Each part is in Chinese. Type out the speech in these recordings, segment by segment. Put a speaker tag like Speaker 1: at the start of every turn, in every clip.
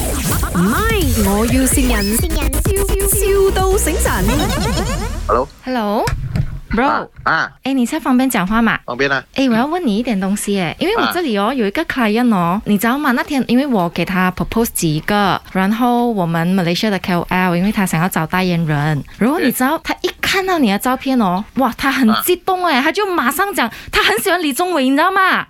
Speaker 1: 唔係，我要善人，笑笑到醒神。
Speaker 2: Hello，
Speaker 3: Hello，bro，
Speaker 2: 啊啊，
Speaker 3: 哎、你在旁边讲话嘛？
Speaker 2: 旁边呢？
Speaker 3: 哎、我要问你一点东西哎，因为我
Speaker 2: 啊
Speaker 3: 这里哦有一个 client 哦，你知道吗？那天因为我给他 propose 几个，然后我们 Malaysia 的 KOL，因为他想要找代言人，然后你知道他一看到你的照片哦，哇，他很
Speaker 2: 啊
Speaker 3: 激动哎，他就马上讲他很喜欢李宗伟，你知道 吗？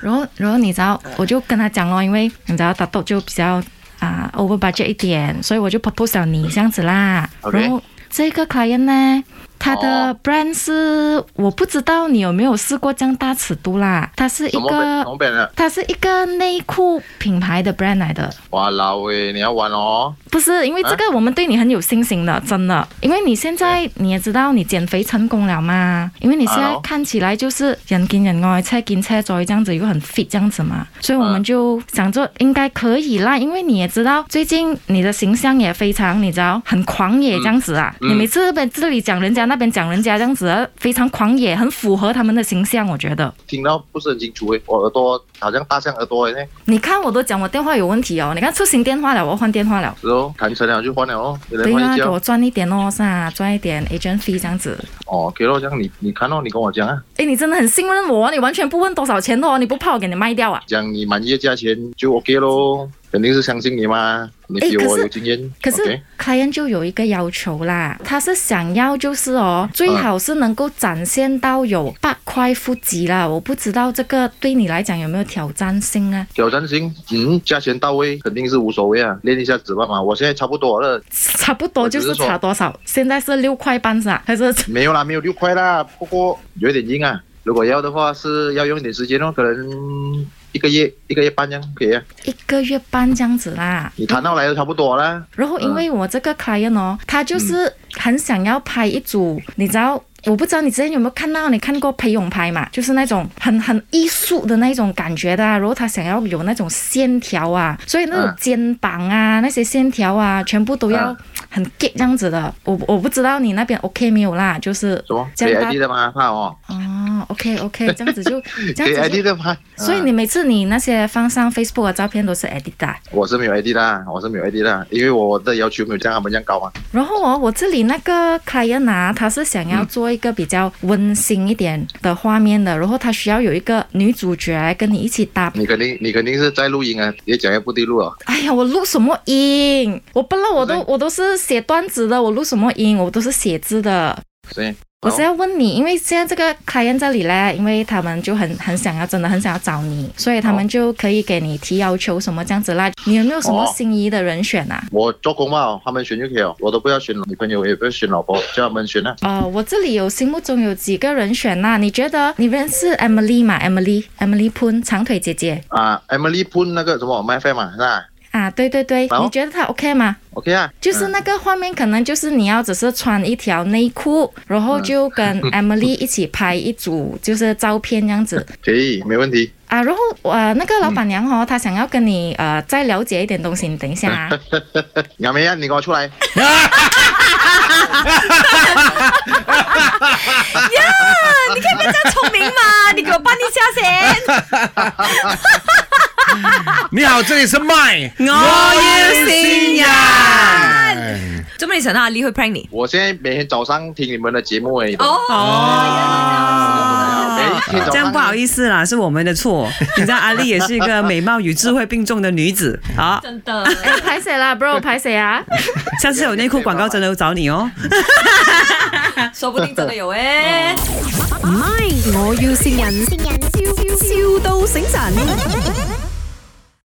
Speaker 3: 然后然后你知道，我就跟他讲咯，因为你知道大豆就比较啊、over budget 一点，所以我就 propose 了你这样子啦。
Speaker 2: OK
Speaker 3: 然后这个 client 呢，他的
Speaker 2: 哦
Speaker 3: brand 是我不知道你有没有试过这样大尺度啦，它是一
Speaker 2: 什么本？什
Speaker 3: 个
Speaker 2: 么本呢？
Speaker 3: 它是一个内裤品牌的 brand 来的。
Speaker 2: 哇老喂，你要玩哦？
Speaker 3: 不是，因为这个我们对你很有信心
Speaker 2: 嗯
Speaker 3: 的，真的。因为你现在你也知道你减肥成功了嘛，因为你现在
Speaker 2: Hello
Speaker 3: 看起来就是人见人爱，车见车载这样子，又很 fit 这样子嘛，所以我们
Speaker 2: 嗯
Speaker 3: 就想着应该可以啦，因为你也知道最近你的形象也非常，你知道很狂野这样子啊，
Speaker 2: 嗯
Speaker 3: 你每次这边这里讲人家，那边讲人家这样子，啊非常狂野，很符合他们的形象，我觉得。
Speaker 2: 听到不是很清楚诶，我耳朵好像大象耳朵诶，
Speaker 3: 你看我都讲我电话有问题哦，你看出新电话了，我要换电话了。
Speaker 2: 是哦，谈成了就换了哦，有人
Speaker 3: 对
Speaker 2: 换
Speaker 3: 啊，
Speaker 2: 一
Speaker 3: 给
Speaker 2: 家
Speaker 3: 我赚一点哦，是啊，赚一点 agent fee 这样子。
Speaker 2: 哦，OK 咯，这样你你看哦，你跟我讲啊，
Speaker 3: 哎，你真的很信任我，你完全不问多少钱的哦，你不怕我给你卖掉啊？
Speaker 2: 讲你满意的价钱就 OK 咯，肯定是相信你嘛，你
Speaker 3: 诶
Speaker 2: 比
Speaker 3: 可
Speaker 2: 我
Speaker 3: 是
Speaker 2: 有经验
Speaker 3: 可是
Speaker 2: ，OK，
Speaker 3: client 就有一个要求啦，他是想要就是哦，最好是能够展现到有八块腹肌啦。我不知道这个对你来讲有没有挑战性啊？
Speaker 2: 挑战性，嗯，价钱到位肯定是无所谓啊，练一下子吧嘛，我现在差不多了，
Speaker 3: 差不多就是差多少？现在是六块半是吧？还是
Speaker 2: 没有啦，没有六块啦，不过有一点硬啊。如果要的话，是要用一点时间哦，可能一个月、一个月半这样可以啊。
Speaker 3: 一个月半这样子啦？
Speaker 2: 你谈到来都差不多啦。
Speaker 3: 然后因为我这个 client 哦，他
Speaker 2: 嗯
Speaker 3: 就是很想要拍一组，你知道。我不知道你之前有没有看到，你看过裴勇拍嘛？就是那种很很艺术的那种感觉的、啊，然后他想要有那种线条啊，所以那种
Speaker 2: 嗯
Speaker 3: 肩膀啊、那些线条啊，全部都要
Speaker 2: 嗯
Speaker 3: 很 get 这样子的。我我不知道你那边 OK 没有啦，就是
Speaker 2: 什么
Speaker 3: 这
Speaker 2: 可以
Speaker 3: 样大
Speaker 2: ID 的吗？怕哦，
Speaker 3: 哦，OK OK，这样子 就这
Speaker 2: 可以
Speaker 3: 样子
Speaker 2: ID
Speaker 3: 就。
Speaker 2: 的吗？
Speaker 3: 所以你每次你那些放上 Facebook 的照片都是 edit 的啊、
Speaker 2: 啊我是没有 ID 啦，我是没有 ID 啦，因为我的要求没有像他们这样高啊。
Speaker 3: 然后哦，我这里那个 client 啊，他是想要做一个比较温馨一点的画面的，然后他需要有一个女主角跟你一起搭。
Speaker 2: 你肯定你肯定是在录音啊，越讲越不对路啊。
Speaker 3: 哎呀，我录什么音？我不了，我都
Speaker 2: 对
Speaker 3: 我都是写段子的，我录什么音？我都是写字的。
Speaker 2: 所以
Speaker 3: 我是要啊问你，因为现在这个 client 这里嘞，因为他们就很很想要，真的很想要找你，所以他们就可以给你提要求什么这样子啦。你有没有什么
Speaker 2: 哦
Speaker 3: 心仪的人选啊？
Speaker 2: 我做工嘛，他们选就可以了，我都不要选女朋友，也不要选老婆，叫他们选啊。
Speaker 3: 呃，我这里有心目中有几个人选啦、你觉得你认识 Emily 吗？Emily Emily Poon 长腿姐姐
Speaker 2: 啊，Emily Poon 那个什么 My Fan 嘛，是吧
Speaker 3: 啊，对对对，
Speaker 2: 好
Speaker 3: 你觉得她 OK 吗？
Speaker 2: ？OK 啊，
Speaker 3: 就是那个画面，可能就是你要只是穿一条内裤，然后就跟 Emily 一起拍一组就是照片这样子
Speaker 2: 嗯可以，没问题。
Speaker 3: 啊。然后呃，那个老板娘哦，她想要跟你呃再了解一点东西，你等一下啊。
Speaker 2: 杨梅啊，你给我出来。
Speaker 1: 你可以不要这样聪明嘛？你给我扮一下先。
Speaker 4: 你好，这里是麦，
Speaker 1: 我要善
Speaker 4: 人。
Speaker 1: 做咩你想阿 Lee 去 prank 你？哦
Speaker 2: 我现在每天早上听你们的节目而已。每
Speaker 1: 哎
Speaker 4: 哦，
Speaker 2: 一天早上
Speaker 5: 啊这样不好意思啦，是我们的错。你知道阿丽也是一个美貌与智慧并重的女子。好，
Speaker 1: 真的，
Speaker 3: 哎，拍谁啦，bro？拍谁啊？
Speaker 5: 下次有内裤广告真的要找你哦。
Speaker 1: 说不定真的有诶。
Speaker 6: 唔係，我要善人，笑笑到醒神。